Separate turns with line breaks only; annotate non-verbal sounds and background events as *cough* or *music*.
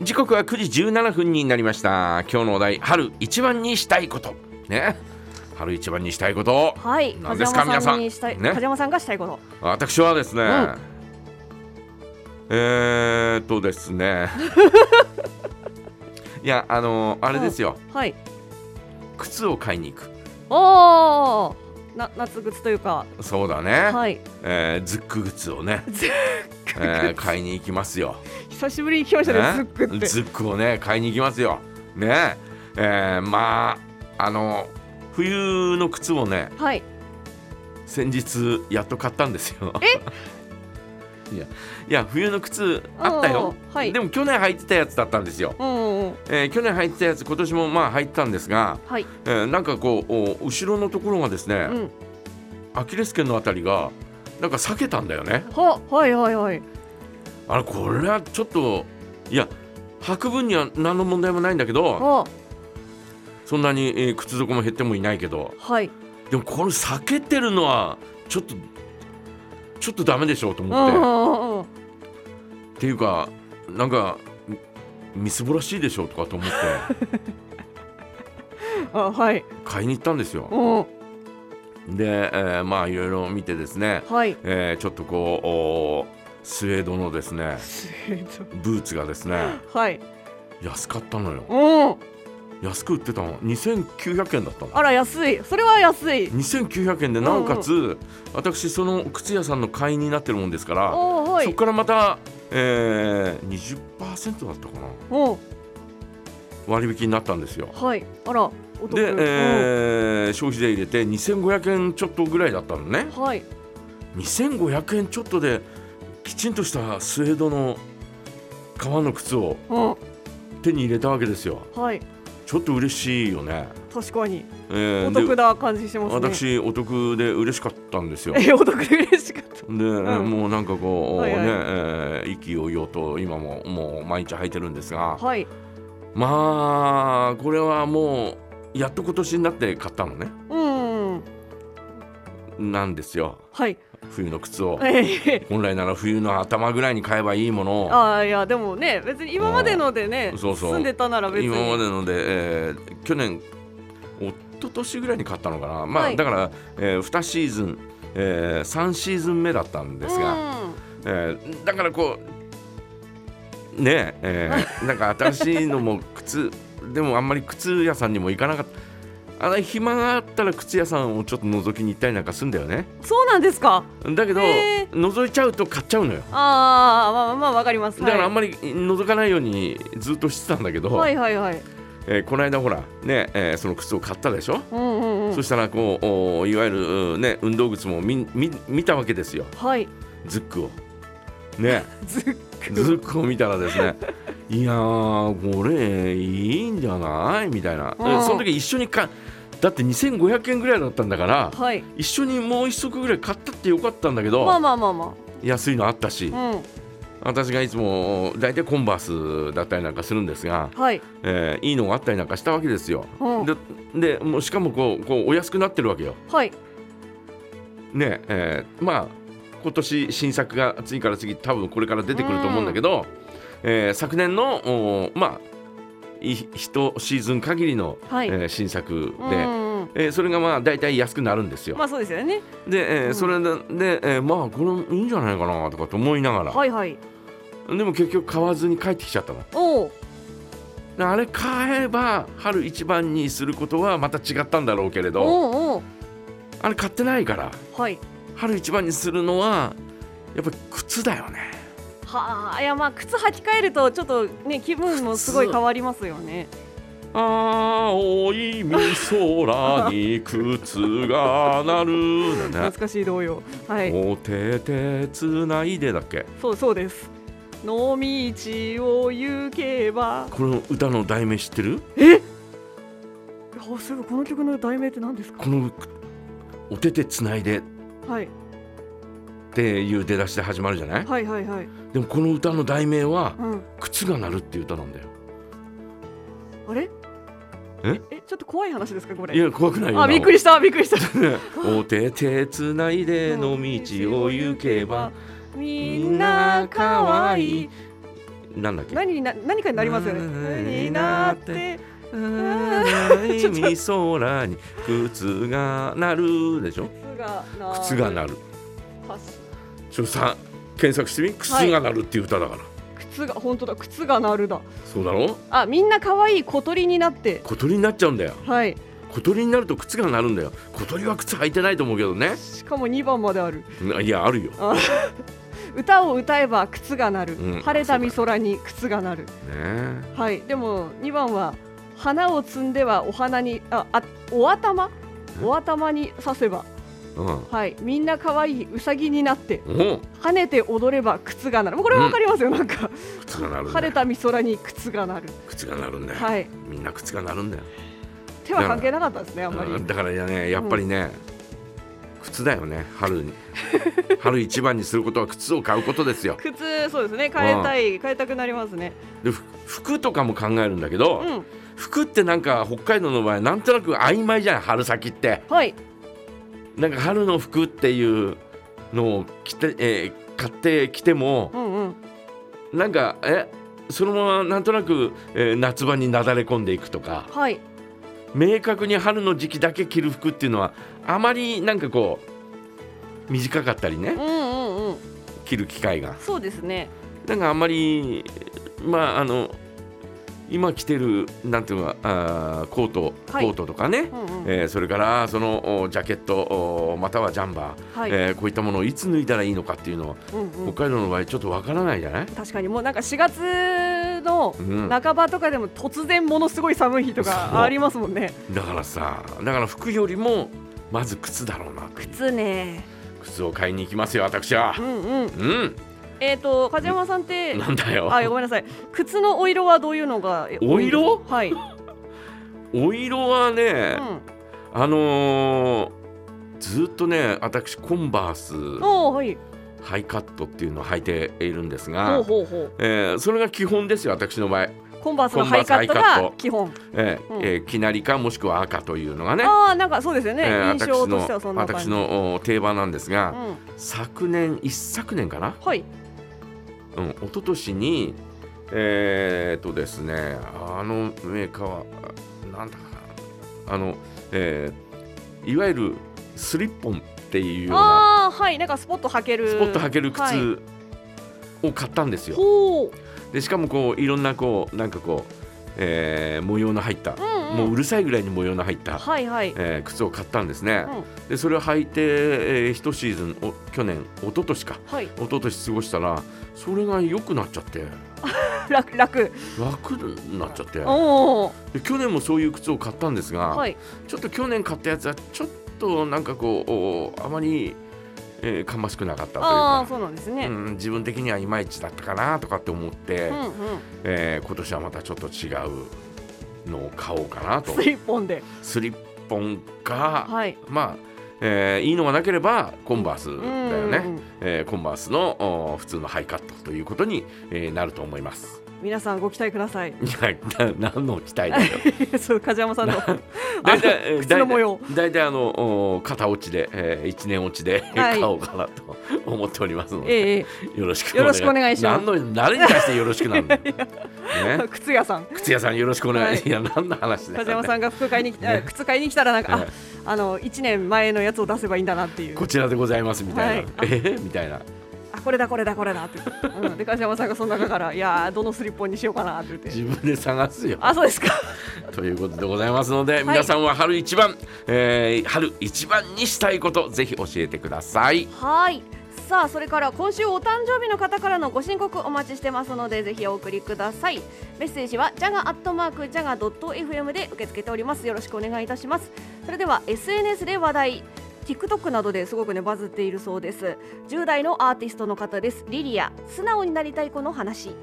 時刻は9時17分になりました今日のお題春一番にしたいことね春一番にしたいこと
はい、
何ですか
梶山さん
皆
に
さん
したい、
ね
梶山さんがしたいこと。
私はですね、
ん
えーっとですね *laughs* いやあのあれですよ
はい。
靴を買いに行く
おーな夏靴というか、
そうだね、
はい。
えーズック靴をね、
ズック靴
えー買いに行きますよ
久しぶりに来ましたね、
ね
ズックって。
ズックをね買いに行きますよねえーまああの冬の靴をね
はい。
先日やっと買ったんですよえ *laughs* いやいや冬の靴あったよ、
おーはい
でも去年履いてたやつだったんですよ、
うんうんうん。
えー去年履いてたやつ今年もまあ履いてたんですが、
はい。
えーなんかこうお後ろのところがですね、
うん。
アキレス腱のあたりがなんか裂けたんだよね
は、はいはいはい。
あれこれはちょっといや履く分には何の問題もないんだけど、
は、
そんなに、えー靴底も減ってもいないけど
はい。
でもこれ避けてるのはちょっとちょっとダメでしょうと
うん
思
う
って、っ
んうん。
ていうかなんかみみすぼらしいでしょうとかと思って
*laughs* あ、はい。
買いに行ったんですよ
う。ん。
で、えーまあいろいろ見てですね、
はい。
えーちょっとこうおースウェードのですね
えっ
ブーツがですね
とはい。
安かったのよ
うん。
安く売ってたの2900円だったの
あら、安い。それは安い。
2900円でなおかつ、私その靴屋さんの会員になってるもんですから
おー、は
そこ
い。
からまた、えー、20%だったかな
うん。
割引になったんですよ。
はい。あら、お得。
で、
うん
えー消費税入れて2500円ちょっとぐらいだったのね
はい。
2500円ちょっとできちんとしたスウェードの革の靴を
う
手に入れたわけですよ
ん。はい。
ちょっと嬉しいよね、
確かに。
えー
お得
で
な感じしますね。
私お得で嬉しかったん
*laughs*
ですよで、
え、お得で嬉しかった。ん
もうなんかこう、
はいはい
ね、えー、意気揚々と今ももう毎日履いてるんですが、
はい。
まあこれはもうやっと今年になって買ったのね
うん。
なんですよ
はい。 *laughs*
冬の靴を
ええ。
本来なら冬の頭ぐらいに買えばいいものを
ああ、いや、でもね、別に今までのでね、
うんそうそう
住んでたなら別に。
今までので、えー去年一昨年ぐらいに買ったのかなまあ、
はい
だから、え2シーズン、え3シーズン目だったんですが、
うん
えーだからこうねええ
*laughs*
ーなんか新しいのも靴でもあんまり靴屋さんにも行かなかったあの暇があったら靴屋さんをちょっと覗きに行ったりなんかするんだよね
そうなんですか。
だけど、
へー
覗いちゃうと買っちゃうのよ
ああ、まあまあわかります。
だからあん
ま
まり覗かないようにずっとしてたんだけど、
はいはいはい。
えーこの間ほらね、えーその靴を買ったでしょ、
うんうんうん
そ。したらこうおーいわゆるうんね運動靴も見見見たわけですよ
はい。
ズックを
*laughs*
ね
ずっく。
ズックを見たらです
*laughs*
ねいやーこれいいんじゃないみたいな、
うん
その時一緒にかだって2500円ぐらいだったんだから
はい。
一緒にもう一足ぐらい買ったってよかったんだけど、
まあまあまあま
安いのあったし、
あ。うん。
私がいつも大体コンバースだったりなんかするんですが、
はい。
えーいいのがあったりなんかしたわけですよ。
うん
ででもうしかもこうこうお安くなってるわけよ。
はい。
ねえーまあ今年新作が次から次多分これから出てくると思うんだけど、えー昨年のおーまあい一シーズン限りの、
はい
えー新作
うん
で。
うんうん。
えーそれがまあ大体安くなるんですよ。
まあそうですよね。
で、えー
うん
それで、でえーまあこれいいんじゃないかなとかと思いながら、
はいはい。
でも結局買わずに帰ってきちゃったの。
おお。
であれ買えば春一番にすることはまた違ったんだろうけれど
おうお
あれ買ってないから
う。はい。
春一番にするのはやっぱり靴だよね
はあ、いやまあ靴履き替えるとちょっとね気分もすごい変わりますよね。
青い空に靴が鳴るだ *laughs*
懐かしい童謡。はい。
ねおててつないでだっけ
そうそうです。の道を行けば。
この歌の題名知ってる
あ、そういえばこの曲の題名って何ですか。
このおててつないでっ
はい。
ていう出だしで始まるじゃない
はいはいはい。
でもこの歌の題名は
うん。
靴が鳴るっていう歌なんだよ
あれ。
え。
え、ちょっと怖い話ですか、これ。
いや怖くないよ
あ、びっくりした、びっくりした。
おててつないで *laughs* の道を行けばみ
み
ん
ん
な
な
可
可
愛
愛
い
い
なんだっけ
何にな何かになりますよね。
うん
何になって
海空に靴が鳴るでしょ
靴がな
靴が鳴る
パス
ちょっとさ検索してみ靴が鳴るっていう歌だから、
靴が本当だ靴が鳴るだ。
そうだろ
あみんな可愛い小鳥になって
小鳥になっちゃうんだよ
はい
小鳥になると靴が鳴るんだよ小鳥は靴履いてないと思うけどね
しかも2番まである
ないやあるよ、ね
あ歌を歌えば靴が鳴る、
うん
晴れた美空に靴が鳴る
え、
はいでも2番は花を摘んではお花にああお頭
うん
お頭に刺せば
うん、お
はいみんな可愛いうさぎになって
う
跳ねて踊れば靴が鳴るもうこれはわかりますよ、なんか
靴が鳴るんだ
晴れ
よ
た美空に靴が鳴る
靴が鳴るんだよ、
はい
みんな靴が鳴るんだよ
手は関係なかったですねあんまり、
うんだからねやっぱりね、靴だよね春に春一番にすることは靴を買うことですよ
靴そうですね変えたい変えたくなりますね
でふ服とかも考えるんだけど、
うん
服ってなんか北海道の場合なんとなく曖昧じゃん春先って
はい
なんか春の服っていうのを着て、えー買ってきても
うんうん
なんかえそのままなんとなく、えー夏場になだれ込んでいくとか
はい
明確に春の時期だけ着る服っていうのはあまりなんかこう短かったり
うん
ね
うんうん
着る機会が
そうですね
なんかあんまりまああの今着てるなんていうのかあーコート、
はい
コートとかね、
うんうん
えーそれからそのおジャケットおまたはジャンバー、
はい、
えーこういったものをいつ脱いだらいいのかっていうのは、
うんうん
北海道の場合ちょっとわからないじゃない、
確かにもうなんか4月の
うん、だ
半ばとかでも突然ものすごい寒い日と
そう
かありますもんね
からさだから服よりもまず靴だろうなという
靴ね
靴を買いに行きますよ私は
う。んうん
うん、
えっ、と梶山さんって
なんだよ
あごめんなさい靴のお色はどういうのがえ
お色
多
*laughs*
いんです
お色はね
か、はい、
あのーずっとね私コンバース
うん、おおはい
ハイカットっていうのを履いているんです
ほう
が、
ほうほう
えーそれが基本ですよ私の場合、
コンバースのハイカット
コンバースハイカッ
が
ト
基本
えー
うん
えー、きなりかもしくは赤というのがね
ああなんかそうですよね、
えー
印
私
象としてはそん
の
な感
私
じ
のお定番なんですが、
う
昨年一昨年かな、
ん、はい
うん、一昨年にえー、っとですねあのメーカーはあなんだかなあの、えーいわゆるスリッポンっていうような
ああはいなんかスポット履ける
スポット履ける
はい
靴を買ったんですよ。
ほう
でしかもこういろんなこうなんかこう、えー模様の入った、
んうん
もううるさいぐらいに模様の入った、
はいはい、
えー靴を買ったんですね。
うん
でそれを履いて、えー一シーズンお去年一昨年か
はい
一昨年過ごしたらそれが良くなっちゃって
楽楽
楽になっちゃって
おお
で去年もそういう靴を買ったんですが、
はい
ちょっと去年買ったやつはちょっとなんかこうおあまり、えー、芳しくなかったという
ああ
か
ー。そうなんですね、
うん、自分的にはいまいちだったかなとかって思って、
うんうん、
えー今年はまたちょっと違うのを買おうかなと
スリッポンで、
スリッポンか、
はい、
まあ、えーいいのがなければコンバース
う
だ
ん
よね、えーコンバースのお普通のハイカットということに、えーなると思います *laughs*
皆さんご期待ください。
いやな何の期待だよ
そう梶山さんの、
大体
*laughs* あ *laughs*
えー
靴の模様
大体大体あのお片落ちで、え1年落ちで、
はい
買おうかなと思っておりますので、
ええ
よろしく
よろしくお願いします
何の誰に対してよろしくなん
*laughs*
だよ、ね
ええ、靴屋さん、
靴屋さんよろしくお願い、
はい
い、や何の話だよ、ね、
梶山さんが服買いに来た、
ね
靴買いに来たらなん
は
か、
い
あ、あの一年前のやつを出せばいいんだなっていう。
こちらでございますみたいな、えーみたいな
あこれだこれだこれだって言って、うん、で梶山さんがその中からいやーどのスリッポンにしようかなって言って。
自分で探すよ
あそうですか。
*laughs* ということでございますので、皆さんは春一番、えー春一番にしたいことぜひ教えてください
はい。さあそれから今週お誕生日の方からのご申告お待ちしてますのでぜひお送りくださいメッセージは jaga.jaga.fm で受け付けておりますよろしくお願いいたしますそれでは SNS で話題 TikTok などですごくねバズっているそうです10代のアーティストの方ですリリア素直になりたい子の話